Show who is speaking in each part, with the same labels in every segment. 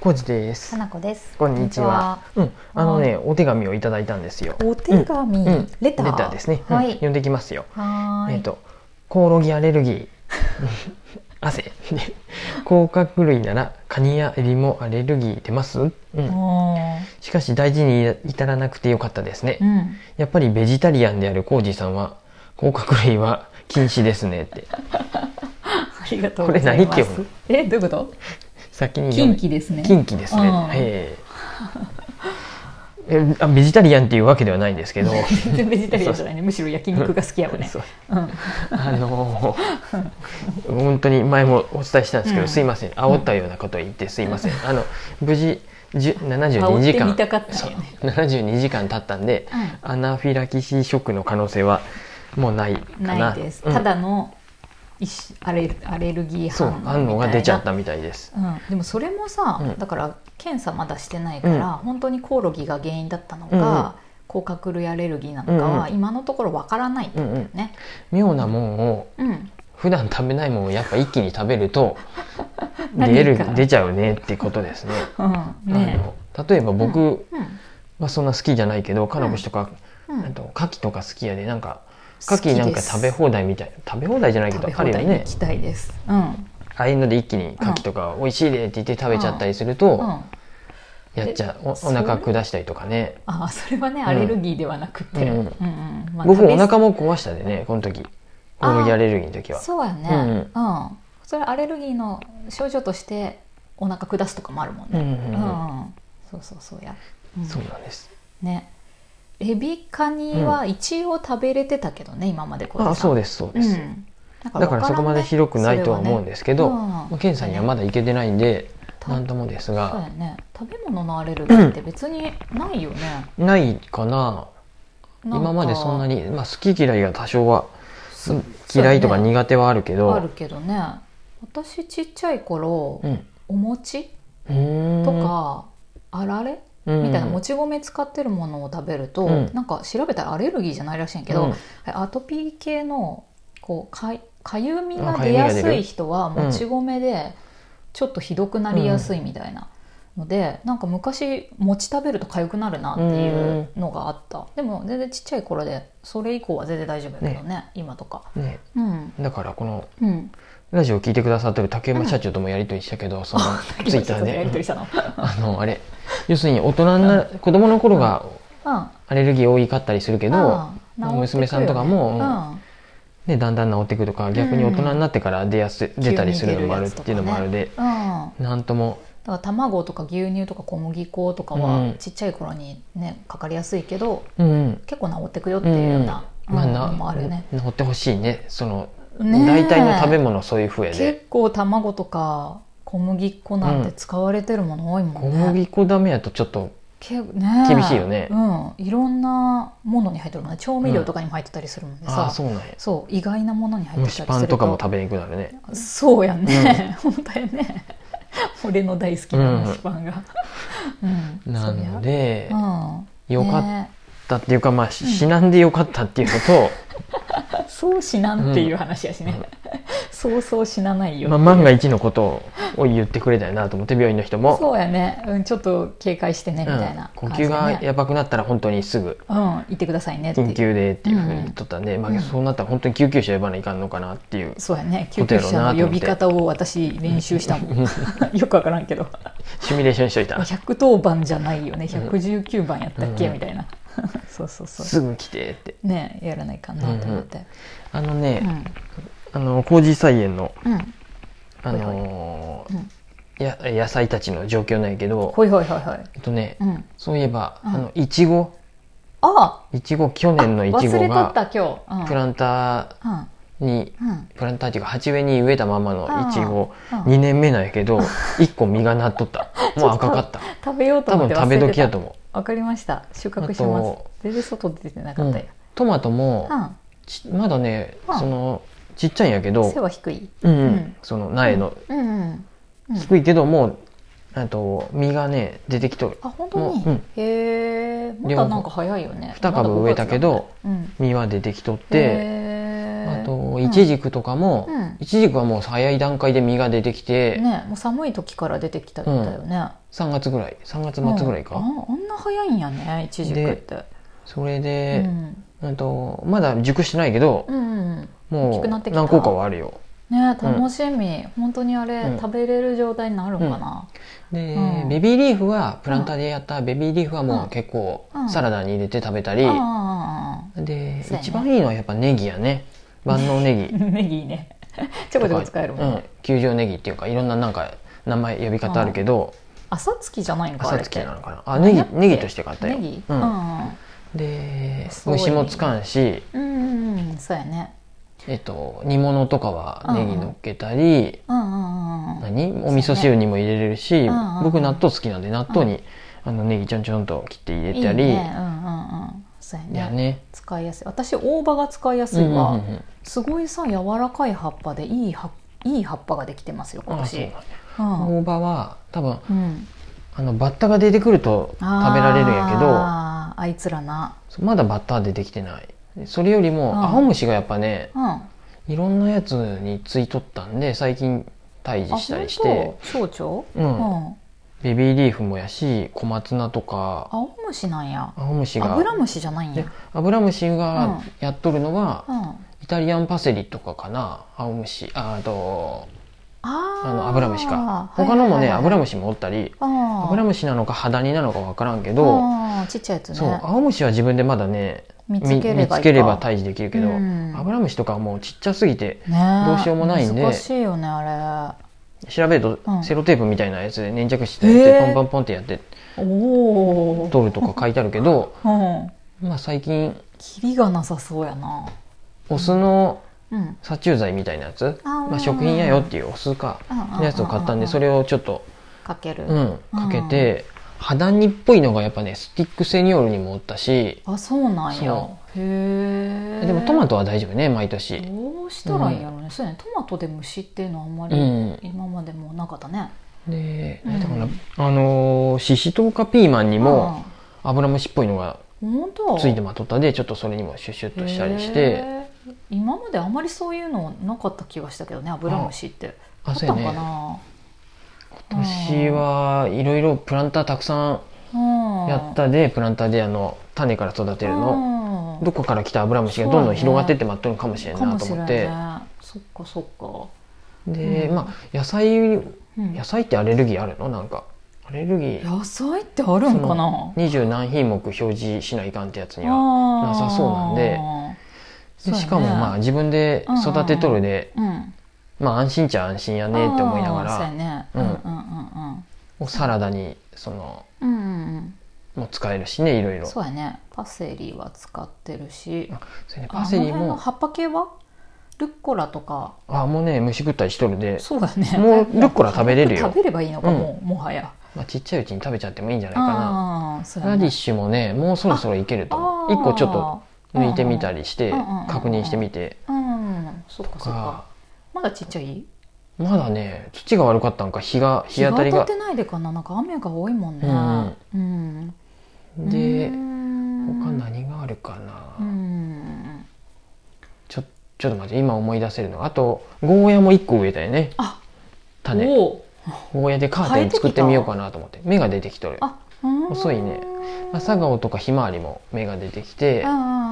Speaker 1: コウジです
Speaker 2: か。なこです。
Speaker 1: こんにちは。うん、あのね、お手紙をいただいたんですよ。
Speaker 2: こんにちは。お手紙、
Speaker 1: うん、
Speaker 2: レター。
Speaker 1: ですね。うん
Speaker 2: はい。
Speaker 1: 読んできますよ。
Speaker 2: はーい。
Speaker 1: えっ、と、コオロギアレルギ ー。汗で甲殻類ならカニやエビもアレルギー出ます、うん、
Speaker 2: おー
Speaker 1: しかし大事に至らなくてよかったですね、
Speaker 2: うん。
Speaker 1: やっぱりベジタリアンであるコウジさんは甲殻類は禁止ですねって
Speaker 2: ありがとうございます。
Speaker 1: これ何今
Speaker 2: え、どういうこと？
Speaker 1: 先に読
Speaker 2: 近
Speaker 1: む
Speaker 2: 畿ですね。
Speaker 1: 近畿ですね。
Speaker 2: うん
Speaker 1: えええあベジタリアンっていうわけではないんです けど、
Speaker 2: 全然ベジタリアンじゃないね。むしろ焼肉が好きやもんね。
Speaker 1: そう
Speaker 2: うん。
Speaker 1: あのー本当に前もお伝えしたんですけど、
Speaker 2: うん
Speaker 1: すいません煽ったようなことを言ってすいません、あの無事じゅ
Speaker 2: 煽
Speaker 1: 72
Speaker 2: っ
Speaker 1: 時
Speaker 2: て
Speaker 1: 間
Speaker 2: みたかったんやね
Speaker 1: そう72時間経ったんで、アナフィラキシーショックの可能性はもうないか
Speaker 2: うん
Speaker 1: な
Speaker 2: ないです。
Speaker 1: うん
Speaker 2: ただの一種アレルアレルギー
Speaker 1: そう
Speaker 2: 反応みたいな。
Speaker 1: 反応が出ちゃったみたいです
Speaker 2: うん、でもそれもさ、
Speaker 1: うん
Speaker 2: だから検査まだしてないから、
Speaker 1: うん
Speaker 2: 本当にコオロギが原因だったの
Speaker 1: うんうん
Speaker 2: か、甲殻類アレルギーなのかは、
Speaker 1: う
Speaker 2: 今のところわからないんだよね。
Speaker 1: 妙なもんを
Speaker 2: うん、
Speaker 1: 普段食べないもんをやっぱ一気に食べると
Speaker 2: 何
Speaker 1: 出る
Speaker 2: か
Speaker 1: 出ちゃうねってことですね
Speaker 2: うん、
Speaker 1: あ
Speaker 2: ね
Speaker 1: の例えば僕、
Speaker 2: え、うん
Speaker 1: まあ、そんな好きじゃないけどカラボシとか、
Speaker 2: うん
Speaker 1: あと牡蠣とか好きやでなんか
Speaker 2: 好
Speaker 1: 牡
Speaker 2: きで
Speaker 1: 蠣
Speaker 2: す
Speaker 1: なんか食べ放題みたいな食べ放題じゃないけ
Speaker 2: 食
Speaker 1: ど
Speaker 2: べ
Speaker 1: あ
Speaker 2: 放
Speaker 1: るよ
Speaker 2: 題に
Speaker 1: ね
Speaker 2: 行きたいです。うん、
Speaker 1: ああいうので一気に牡蠣とか美味しいでって言って食べちゃったりすると、
Speaker 2: うん、あ
Speaker 1: やっちゃうおお
Speaker 2: それ
Speaker 1: 腹下したりとかね
Speaker 2: ー、それはね、
Speaker 1: ん
Speaker 2: アレルギーではなくて、
Speaker 1: うん
Speaker 2: うん、うん、まあ
Speaker 1: 僕
Speaker 2: 食
Speaker 1: お
Speaker 2: べ
Speaker 1: 腹も壊したでねこの時コオロギアレルギーの時は
Speaker 2: そうやね、
Speaker 1: う
Speaker 2: うんん、それアレルギーの症状としてお腹下すとかもあるもん
Speaker 1: うんうんうん
Speaker 2: ね。う、
Speaker 1: ん
Speaker 2: そうそうそうや。うん
Speaker 1: そうなんです
Speaker 2: ねエビカニは一応食べれてたけどね、今までこ
Speaker 1: ああそうですそうです、
Speaker 2: うん、
Speaker 1: だからそこまで広くないとは思うん
Speaker 2: す
Speaker 1: ですけど、
Speaker 2: うん
Speaker 1: まあ、検査にはまだ行けてないんで
Speaker 2: た
Speaker 1: 何ともです
Speaker 2: そうや
Speaker 1: が
Speaker 2: ね食べ物のアレルギーって別にないよね
Speaker 1: ないかな
Speaker 2: なんか
Speaker 1: 今までそんなに、まあ、好き嫌いが多少は
Speaker 2: そ
Speaker 1: 嫌いとか
Speaker 2: そうやね
Speaker 1: 苦手はあるけど
Speaker 2: あるけどね私ちっちゃい頃、
Speaker 1: うん
Speaker 2: お餅
Speaker 1: うーん
Speaker 2: とか、あられ
Speaker 1: うん
Speaker 2: みたいなもち米使ってるものを食べると、
Speaker 1: うん
Speaker 2: なんか調べたらアレルギーじゃないらしいんやけど、
Speaker 1: うん
Speaker 2: アトピー系のこうかいかゆみ
Speaker 1: あ
Speaker 2: が
Speaker 1: かゆ
Speaker 2: 出
Speaker 1: みが
Speaker 2: や
Speaker 1: 出る
Speaker 2: すい人は
Speaker 1: うん
Speaker 2: もち米でちょっとひどくなりやすいみたいなので、なんか昔餅食べるとかゆくなるなっていうのがあった、でも全然ちっちゃい頃でそれ以降は全然大丈夫やけどね今とか
Speaker 1: ね
Speaker 2: うん
Speaker 1: だからこの
Speaker 2: うん
Speaker 1: ラジオを聞いてくださってる竹山社長ともやり取りしたけど、 そのツイッター
Speaker 2: ちょっとやり取り
Speaker 1: で
Speaker 2: した の
Speaker 1: あのあれ要するに大人にな子供の頃が
Speaker 2: うん
Speaker 1: アレルギー多いかったりするけど、
Speaker 2: うん
Speaker 1: 娘さんとかも
Speaker 2: うん
Speaker 1: ね、だんだん治ってくるとか逆に大人になってから出やすい、出たりするのもあるっていうのもあるで、
Speaker 2: うん
Speaker 1: なんとも
Speaker 2: だから卵とか牛乳とか小麦粉とか
Speaker 1: うん
Speaker 2: はちっちゃい頃にねかかりやすいけど
Speaker 1: うんうん
Speaker 2: 結構治ってくよって
Speaker 1: う
Speaker 2: いうようんな、うん
Speaker 1: まあ
Speaker 2: のもあるよ
Speaker 1: な
Speaker 2: ね。
Speaker 1: 治ってほしいねその
Speaker 2: ねえ
Speaker 1: 大体の食べ物そういうふうやで
Speaker 2: 結構卵とか小麦粉なんて使われてるもの多いも
Speaker 1: 小
Speaker 2: んね。
Speaker 1: 麦粉ダメやとちょっと
Speaker 2: けねえ
Speaker 1: 厳しいよね
Speaker 2: うん、いろんなものに入ってるもんね調味料とかにも入ってたりするもんね、
Speaker 1: あ
Speaker 2: さ
Speaker 1: あそうなんや
Speaker 2: そう意外なものに
Speaker 1: 蒸
Speaker 2: 入ってた
Speaker 1: し
Speaker 2: りす
Speaker 1: パ
Speaker 2: る
Speaker 1: ンとかも食べにくくなるね
Speaker 2: そうやんね、 本当やね俺の大好きな蒸しパン が、うん、
Speaker 1: な
Speaker 2: そりゃ
Speaker 1: ので
Speaker 2: うん、
Speaker 1: よかっ
Speaker 2: ねえ
Speaker 1: だっていうかまあし死なんでよかったっていうの
Speaker 2: そう死なんっていう話やしね、 そうそう死なない
Speaker 1: と、
Speaker 2: よ、
Speaker 1: まあ、万が一のことを言ってくれたよなと思って病院の人も、
Speaker 2: そうやね、うん、ちょっと警戒してねみ
Speaker 1: うん
Speaker 2: たいな
Speaker 1: 呼
Speaker 2: 感じ
Speaker 1: 吸
Speaker 2: で、ね
Speaker 1: がやばくなったら本当にすぐ
Speaker 2: うん行ってくださいねって
Speaker 1: 緊急でっていうふうに
Speaker 2: うん
Speaker 1: 言っとったんで、ま
Speaker 2: う
Speaker 1: あ、
Speaker 2: ん
Speaker 1: そうなったら本当に救急車呼ばないかんのかなっていう
Speaker 2: そうやね救
Speaker 1: ことや
Speaker 2: 急
Speaker 1: ろうなと思
Speaker 2: 車
Speaker 1: って
Speaker 2: の呼び方を私練習したもん よくわから んけど
Speaker 1: シミュレーションしとい た
Speaker 2: 110番じゃないよね
Speaker 1: うん
Speaker 2: 119番やったっけ、
Speaker 1: うん
Speaker 2: みたいな そうそうそ
Speaker 1: すぐ来てって
Speaker 2: うねやらないかなと思って
Speaker 1: あの
Speaker 2: うん
Speaker 1: ね、あの工事菜園の、
Speaker 2: うん
Speaker 1: あのー
Speaker 2: うん
Speaker 1: や野菜たちの状況なんやけど、
Speaker 2: ほいほいほいほい
Speaker 1: えっとね、
Speaker 2: うん
Speaker 1: そういえば、
Speaker 2: うん
Speaker 1: あのいちご
Speaker 2: あ
Speaker 1: いちご去年のいち
Speaker 2: 忘
Speaker 1: ご
Speaker 2: れとっ
Speaker 1: が
Speaker 2: た今日
Speaker 1: プランターに
Speaker 2: うんうんうん
Speaker 1: プランターっていうか鉢植えに植えたままのいちご
Speaker 2: ああ
Speaker 1: 2年目なんやけど1個実がなっとった もう赤かった
Speaker 2: 食べようと
Speaker 1: 多
Speaker 2: 思っ
Speaker 1: 分
Speaker 2: て
Speaker 1: 食
Speaker 2: 忘
Speaker 1: べ
Speaker 2: れて
Speaker 1: 時や
Speaker 2: た
Speaker 1: と思
Speaker 2: わかりました収穫し
Speaker 1: あ
Speaker 2: ます
Speaker 1: と
Speaker 2: 全然外出てな
Speaker 1: う、
Speaker 2: かったよ、
Speaker 1: うんトマトも
Speaker 2: うん
Speaker 1: ちまだね
Speaker 2: ああ
Speaker 1: そのちっちゃいんやけど
Speaker 2: 背は低い
Speaker 1: うんう
Speaker 2: うんん
Speaker 1: その苗の
Speaker 2: うんうん、うん、
Speaker 1: 低いけどもうあと実がね出てきとる
Speaker 2: あ本当に、
Speaker 1: もううん
Speaker 2: へえまだなんか早いよね
Speaker 1: 2株植えたけど
Speaker 2: まだ五月だもんねうん
Speaker 1: 実は出てきとって
Speaker 2: へ
Speaker 1: あ
Speaker 2: あ
Speaker 1: とイチジクとかも、
Speaker 2: うん
Speaker 1: イチジクはもう早い段階で実が出てきて、
Speaker 2: ねもう寒い時から出てきたんだよね、
Speaker 1: 3月ぐらい3月末ぐらいか、
Speaker 2: うんああんな早いんやねいちじくって、
Speaker 1: それ
Speaker 2: う
Speaker 1: で、
Speaker 2: ん、
Speaker 1: うんとまだ熟してないけど、
Speaker 2: うんうん大
Speaker 1: も
Speaker 2: き
Speaker 1: う
Speaker 2: くなってきた
Speaker 1: 何個かはあるよ
Speaker 2: ね楽しみ、本当にあれ、
Speaker 1: うん
Speaker 2: 食べれる状態になるのかな、
Speaker 1: で、
Speaker 2: うん
Speaker 1: ベビーリーフはプランターでやったベビーリーフはもう結構
Speaker 2: うん
Speaker 1: サラダに入れて食べたり、
Speaker 2: あ
Speaker 1: で、
Speaker 2: そうやね
Speaker 1: 一番いいのはやっぱネギやね万能ネ
Speaker 2: あ
Speaker 1: ギ
Speaker 2: ネギいい ねちょこちょこ使えるもんね、
Speaker 1: うん、球場ネギっていうかいろんななんか名前呼び方あるけど、
Speaker 2: 朝月じゃないのかあ
Speaker 1: 朝
Speaker 2: れっ
Speaker 1: 月
Speaker 2: て
Speaker 1: なのかなあネギ
Speaker 2: 何やって
Speaker 1: ネギとして買ったよ
Speaker 2: ネギ
Speaker 1: う
Speaker 2: うんん
Speaker 1: で
Speaker 2: そうね
Speaker 1: 虫もつかんし、
Speaker 2: うんうんうんそうやね
Speaker 1: えっと、煮物とかはネギ乗っけたり、
Speaker 2: うんうんうんうん
Speaker 1: 何お味噌汁にも入れれるし、
Speaker 2: うんうん
Speaker 1: 僕納豆好きなんで納豆に、あのネギちょんちょんと切って入れたり
Speaker 2: いいねうんうんうんそうやね
Speaker 1: やね
Speaker 2: 使いやすい私大葉が使いやすいわ、すごいさ柔らかい葉っぱでいいはいい葉っぱができてますよ今
Speaker 1: あそう
Speaker 2: 年
Speaker 1: なんだ
Speaker 2: うん
Speaker 1: 大葉は多分
Speaker 2: うん
Speaker 1: あのバッタが出てくると食べられるんやけど
Speaker 2: あーあいつらな
Speaker 1: そうまだバッタは出てきてないそれよりも
Speaker 2: うん
Speaker 1: 青虫がやっぱね
Speaker 2: うんあ
Speaker 1: いろんなやつについとったんで最近退治したりして
Speaker 2: 本当蝶
Speaker 1: う
Speaker 2: 々
Speaker 1: ん
Speaker 2: うん
Speaker 1: ベビーリーフもやし小松菜とか
Speaker 2: 青虫なんや
Speaker 1: 青虫が
Speaker 2: アブラムシじゃないんや
Speaker 1: ねアブラムシが
Speaker 2: うん
Speaker 1: やっとるのは
Speaker 2: うんあ
Speaker 1: イタリアンパセリとかかな青虫ああと
Speaker 2: あ
Speaker 1: あのアブラムシか他のもねアブラムシもおったりアブラ
Speaker 2: ムシ
Speaker 1: ムシなのかハダニなのか分からんけど
Speaker 2: ちっちゃいやつね
Speaker 1: そう青虫は自分でまだね
Speaker 2: 見
Speaker 1: み見
Speaker 2: つ
Speaker 1: つけ
Speaker 2: ければいいか
Speaker 1: れば退治できるけど
Speaker 2: うん
Speaker 1: アブラムシとかはもうちっちゃすぎて
Speaker 2: ね
Speaker 1: どうしようもないんで
Speaker 2: 難しいよねあ
Speaker 1: 調べる
Speaker 2: う
Speaker 1: と
Speaker 2: ん
Speaker 1: セロテープみたいなやつで粘着してやって
Speaker 2: へー
Speaker 1: ポンポンポンってやって
Speaker 2: れおお
Speaker 1: 取るとか書いてあるけ ど
Speaker 2: うん
Speaker 1: まあ最近
Speaker 2: キリがなさそうやな
Speaker 1: お酢の
Speaker 2: うん
Speaker 1: 殺虫剤みたいなやつ
Speaker 2: あー
Speaker 1: まあ、食品やよっていうお酢かのやつを買ったんでそ
Speaker 2: れ
Speaker 1: れをちょっと
Speaker 2: かける
Speaker 1: うんかけて肌にっぽいのがやっぱねスティックセニオールにもおったし
Speaker 2: あそうなんや
Speaker 1: そ
Speaker 2: へえ
Speaker 1: でもトマトは大丈夫ね毎年
Speaker 2: どうしたらいいんやろうねそうやねトマトで虫っていうのはあんま
Speaker 1: う
Speaker 2: り
Speaker 1: ん
Speaker 2: 今までもなかったね
Speaker 1: で、
Speaker 2: うん
Speaker 1: だからあのーシシトウカピーマンにも油虫っぽいのが
Speaker 2: うん本当
Speaker 1: ついて
Speaker 2: ま
Speaker 1: まとったでちょっとそれにもシュッシュッとしたりして
Speaker 2: 今まであまりそういうのなかった気がしたけどねアブラムシって
Speaker 1: あそうや
Speaker 2: あったん
Speaker 1: ね
Speaker 2: かな
Speaker 1: 今年はいろいろプランターたくさんやったでプランターであの種から育てるの
Speaker 2: の
Speaker 1: どこから来たアブラムシがどんどん広がってってまっとるのかもしれん
Speaker 2: か
Speaker 1: な
Speaker 2: も
Speaker 1: と
Speaker 2: しれ
Speaker 1: 思っ
Speaker 2: ない
Speaker 1: て
Speaker 2: ねそっかそっか
Speaker 1: で
Speaker 2: うん
Speaker 1: まあ野菜
Speaker 2: うん
Speaker 1: 野菜ってアレルギーあるのなんかアレルギー
Speaker 2: 野菜ってあるんかな
Speaker 1: 二十何品目表示しないかんってやつには
Speaker 2: な
Speaker 1: なさそうなんででしかもまあ自分で育てとるで
Speaker 2: うん
Speaker 1: まあ安心っちゃ安心やねって思いなが
Speaker 2: あーそうや
Speaker 1: ら
Speaker 2: ね
Speaker 1: う
Speaker 2: うんんうん
Speaker 1: おサラダにその
Speaker 2: うんうんうんうん
Speaker 1: もう使えるしねいろい
Speaker 2: うん
Speaker 1: ろ
Speaker 2: そうやねパセリは使ってるし
Speaker 1: あそれで
Speaker 2: あ
Speaker 1: パセリ
Speaker 2: あの辺の
Speaker 1: も
Speaker 2: 葉っぱ系はルッコラとか
Speaker 1: あもうね虫食ったりしとるで、
Speaker 2: そうやね
Speaker 1: もうルッコラ食べれるよ
Speaker 2: 食べればいいのかもうもはや
Speaker 1: まあ、ちっちゃいうちに食べちゃってもいいんじゃないかな
Speaker 2: あーそうや
Speaker 1: ラディッ
Speaker 2: ね
Speaker 1: シュもねもうそろそろいけると思
Speaker 2: あ
Speaker 1: う
Speaker 2: ー
Speaker 1: 一個ちょっと抜いてみたりして
Speaker 2: うんうんうん
Speaker 1: 確認してみて
Speaker 2: うんそっかそっか
Speaker 1: か
Speaker 2: まだちっちゃい
Speaker 1: まだね土が悪かったんか日が日当たりが
Speaker 2: てないでかななんか雨が多いもんねうん
Speaker 1: で
Speaker 2: 他
Speaker 1: 他何があるかな、
Speaker 2: うん
Speaker 1: ちょちょっと待って今思い出せるのがあとゴーヤも一個植えたよね
Speaker 2: あ
Speaker 1: 種
Speaker 2: おお
Speaker 1: ゴーヤでカーテン作ってみようかなと思って芽が出てきとる
Speaker 2: あうん
Speaker 1: 遅いね朝顔とかひまわりも芽が出てきて、
Speaker 2: あ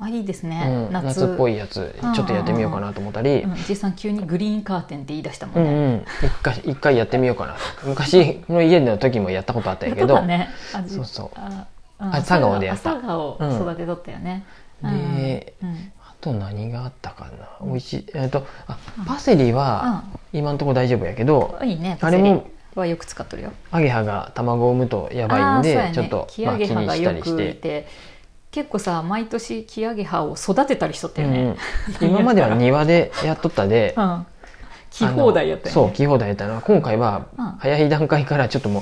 Speaker 2: ーあいいです
Speaker 1: う
Speaker 2: ね
Speaker 1: ん
Speaker 2: 夏
Speaker 1: 夏っぽいやつちょっとやってみようかなと思ったり
Speaker 2: う、んじいさん急にグリーンカーテンって言い出したも
Speaker 1: うんん
Speaker 2: ね
Speaker 1: うん、一回一回やってみようかな昔の家の時もやったことあったんやけ
Speaker 2: やっと
Speaker 1: ど
Speaker 2: ったねあじ
Speaker 1: そうそう
Speaker 2: あうん
Speaker 1: 朝顔でやった
Speaker 2: 朝顔
Speaker 1: うん
Speaker 2: 育てとったよね
Speaker 1: で
Speaker 2: うんうん
Speaker 1: あと何があったかな美味しいえっとあパセリは今のところ大丈夫やけど、
Speaker 2: うんいいね
Speaker 1: あれ
Speaker 2: パセリ
Speaker 1: も
Speaker 2: はよく使っとるよ
Speaker 1: アゲハが卵を産むとやばいんで、
Speaker 2: あー
Speaker 1: ち
Speaker 2: そ
Speaker 1: ょ
Speaker 2: うや
Speaker 1: っと、
Speaker 2: キ
Speaker 1: まあ、
Speaker 2: ア
Speaker 1: 気
Speaker 2: ゲハ
Speaker 1: に
Speaker 2: が
Speaker 1: した
Speaker 2: よ
Speaker 1: り
Speaker 2: く
Speaker 1: し
Speaker 2: い
Speaker 1: て、
Speaker 2: て結構さ毎年キアゲハを育てたりしとったよね、
Speaker 1: うん今までは庭でやっとった で
Speaker 2: うん、着放題やっ
Speaker 1: あ
Speaker 2: た
Speaker 1: のそ
Speaker 2: よ
Speaker 1: う
Speaker 2: ね
Speaker 1: 着放題やったのは今回は
Speaker 2: うん
Speaker 1: 早い段階からちょっとも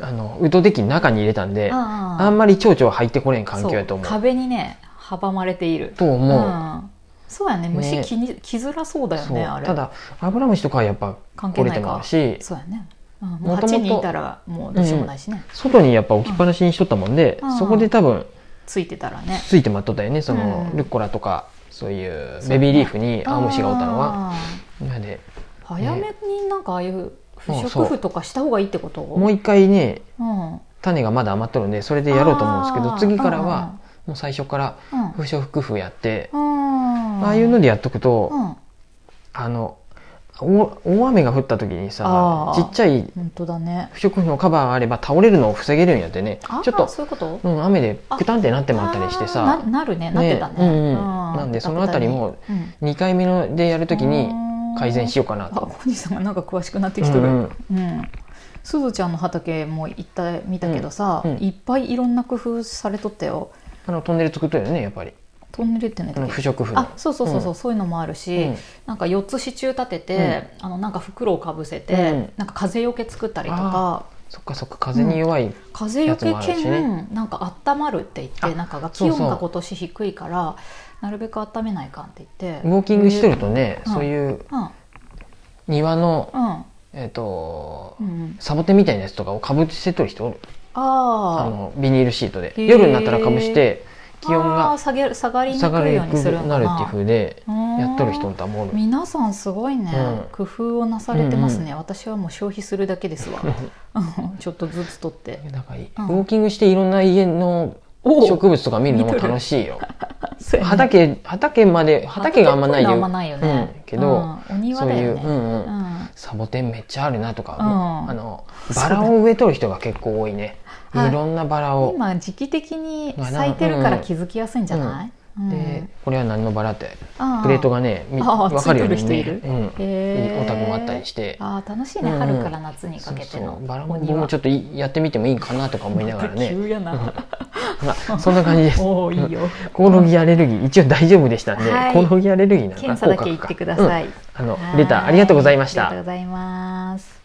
Speaker 1: うあのウッドデッキの中に入れたんであ
Speaker 2: あ
Speaker 1: んまり蝶々は入ってこれん環境やと
Speaker 2: そ
Speaker 1: 思う
Speaker 2: 壁にね阻まれている
Speaker 1: と思う,、
Speaker 2: ん、そうやね虫
Speaker 1: ね
Speaker 2: 気に気づらそうだよ
Speaker 1: そう
Speaker 2: ねあれ
Speaker 1: ただアブラムシとかはやっぱ
Speaker 2: 関係
Speaker 1: 来れ
Speaker 2: な
Speaker 1: て
Speaker 2: い
Speaker 1: もある
Speaker 2: か
Speaker 1: し
Speaker 2: そうやね、うん、もう
Speaker 1: もともと
Speaker 2: 8人いたらもうどうしようもないしね、
Speaker 1: 外にやっぱ置きっぱなしにしとったもんで、
Speaker 2: うん
Speaker 1: そこで多分
Speaker 2: ついてたらね
Speaker 1: ついてまっとったよねその、
Speaker 2: うん
Speaker 1: ルッコラとかそういうベビーリーフに青虫がおったのは
Speaker 2: あ
Speaker 1: なんで
Speaker 2: ー早めになんかああいう不織布とかした方がいいってこと
Speaker 1: もう一回ね
Speaker 2: うん、
Speaker 1: 種がまだ余っとるんでそれでやろうと思うんですけ
Speaker 2: あ
Speaker 1: ど
Speaker 2: ー
Speaker 1: 次からはもう最初から
Speaker 2: うんうん
Speaker 1: 不織布やって
Speaker 2: うん
Speaker 1: ああいうのでやっとくと
Speaker 2: うん
Speaker 1: あのお大雨が降った時にさ
Speaker 2: あ
Speaker 1: ち
Speaker 2: ー
Speaker 1: っちゃい
Speaker 2: 本当だね
Speaker 1: 不織布のカバーがあれば倒れるのを防げるんやってね
Speaker 2: あー
Speaker 1: ちょっと、
Speaker 2: そういうこと
Speaker 1: うん、雨でくたんってなってもあったりして
Speaker 2: あー
Speaker 1: さ
Speaker 2: ななるねなってたね
Speaker 1: ねうんうんなんでそのあたりも2回目のでやるときに改善し
Speaker 2: よ
Speaker 1: ようかな
Speaker 2: うんあ
Speaker 1: と。
Speaker 2: 小西さんがなんか詳しくなってきて
Speaker 1: う
Speaker 2: る
Speaker 1: んうん
Speaker 2: うんすずちゃんの畑も行った見たけどさ、
Speaker 1: うんうん
Speaker 2: いっぱいいろんな工夫されとったよ
Speaker 1: あのトンネル作っとるよねやっぱり
Speaker 2: トンネルってね
Speaker 1: あの不織布の
Speaker 2: あそうそうそうそう、
Speaker 1: うん
Speaker 2: そういうのもあるし、
Speaker 1: うん
Speaker 2: なんか4つ支柱立てて、あのなんか袋をかぶせて、
Speaker 1: うん
Speaker 2: なんか風よけ作ったりとか
Speaker 1: そっかそっか風に弱い、
Speaker 2: 風よけ
Speaker 1: やつもあるし
Speaker 2: 兼、なんか温まるって言って
Speaker 1: あ
Speaker 2: なんかが気
Speaker 1: そうそう
Speaker 2: 温が今年低いからなるべく温めないかんって言って
Speaker 1: ウォーキングしてるとね、
Speaker 2: うん
Speaker 1: そういう
Speaker 2: うん
Speaker 1: 庭の、
Speaker 2: うん
Speaker 1: えっ、と
Speaker 2: うんうん
Speaker 1: サボテンみたいなやつとかをかぶせとる人おるあ
Speaker 2: あ
Speaker 1: のビニールシートで
Speaker 2: へー
Speaker 1: 夜になったらかぶして
Speaker 2: ー
Speaker 1: 気温
Speaker 2: あー
Speaker 1: が
Speaker 2: 下げる下がりにく
Speaker 1: 下が
Speaker 2: い
Speaker 1: り
Speaker 2: よう
Speaker 1: に
Speaker 2: にす
Speaker 1: く
Speaker 2: るん
Speaker 1: くな
Speaker 2: か
Speaker 1: るっていう
Speaker 2: な
Speaker 1: ふうでやっとる人
Speaker 2: う
Speaker 1: も
Speaker 2: ん
Speaker 1: たまおる
Speaker 2: 皆さんすごいね、
Speaker 1: うん
Speaker 2: 工夫をなされてますね、私はもう消費するだけで すわうんちょっとずつ取って
Speaker 1: なんかいい
Speaker 2: うん
Speaker 1: ウォーキングしていろんな家の
Speaker 2: おう
Speaker 1: 植物とか見るのも楽しいよ
Speaker 2: そうやね
Speaker 1: 畑畑まで畑があんまない
Speaker 2: 畑
Speaker 1: よ
Speaker 2: っぽのあんまないよね、
Speaker 1: うんけど、
Speaker 2: うんお庭
Speaker 1: そう
Speaker 2: だ
Speaker 1: いう、
Speaker 2: よ
Speaker 1: う
Speaker 2: ね
Speaker 1: んうん、
Speaker 2: ん
Speaker 1: サボテンめっちゃあるなとか、
Speaker 2: うん
Speaker 1: あの
Speaker 2: そう
Speaker 1: バラ
Speaker 2: だ
Speaker 1: を植えとる人が結構多いね、
Speaker 2: はい
Speaker 1: い、ろんなバラを、
Speaker 2: 今時期的に咲いてるから気づきやすいんじゃない、うん
Speaker 1: でこれは何のバラって
Speaker 2: ああ
Speaker 1: プレートがねみ
Speaker 2: ああ
Speaker 1: 分かるように
Speaker 2: つい
Speaker 1: ね、
Speaker 2: てる人
Speaker 1: うん、
Speaker 2: へえ
Speaker 1: お宅もあったりして
Speaker 2: ああ楽しいね、
Speaker 1: うんうん
Speaker 2: 春から夏にかけて
Speaker 1: そう
Speaker 2: の
Speaker 1: そうバラも
Speaker 2: お
Speaker 1: 僕
Speaker 2: 庭
Speaker 1: もちょっといやってみてもいいかなとか思いながら
Speaker 2: また
Speaker 1: ね、
Speaker 2: 急やな
Speaker 1: まあそんな感じです
Speaker 2: おおい いよ
Speaker 1: コオロギアレルギー一応大丈夫でしたんで、
Speaker 2: はい
Speaker 1: コオロギアレルギーなんか
Speaker 2: 検査だけ
Speaker 1: 口
Speaker 2: 言
Speaker 1: 角
Speaker 2: っ
Speaker 1: か
Speaker 2: てくださ
Speaker 1: う
Speaker 2: い、
Speaker 1: んあの
Speaker 2: はい
Speaker 1: レターありがとうございまし
Speaker 2: あ
Speaker 1: た
Speaker 2: りがとうございます